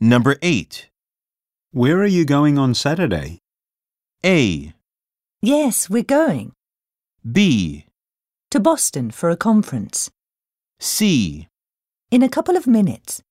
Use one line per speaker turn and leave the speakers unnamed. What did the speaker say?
Number 8.
Where are you going on Saturday?
A,
Yes, we're going
B,
to Boston for a conference
C.
in a couple of minutes.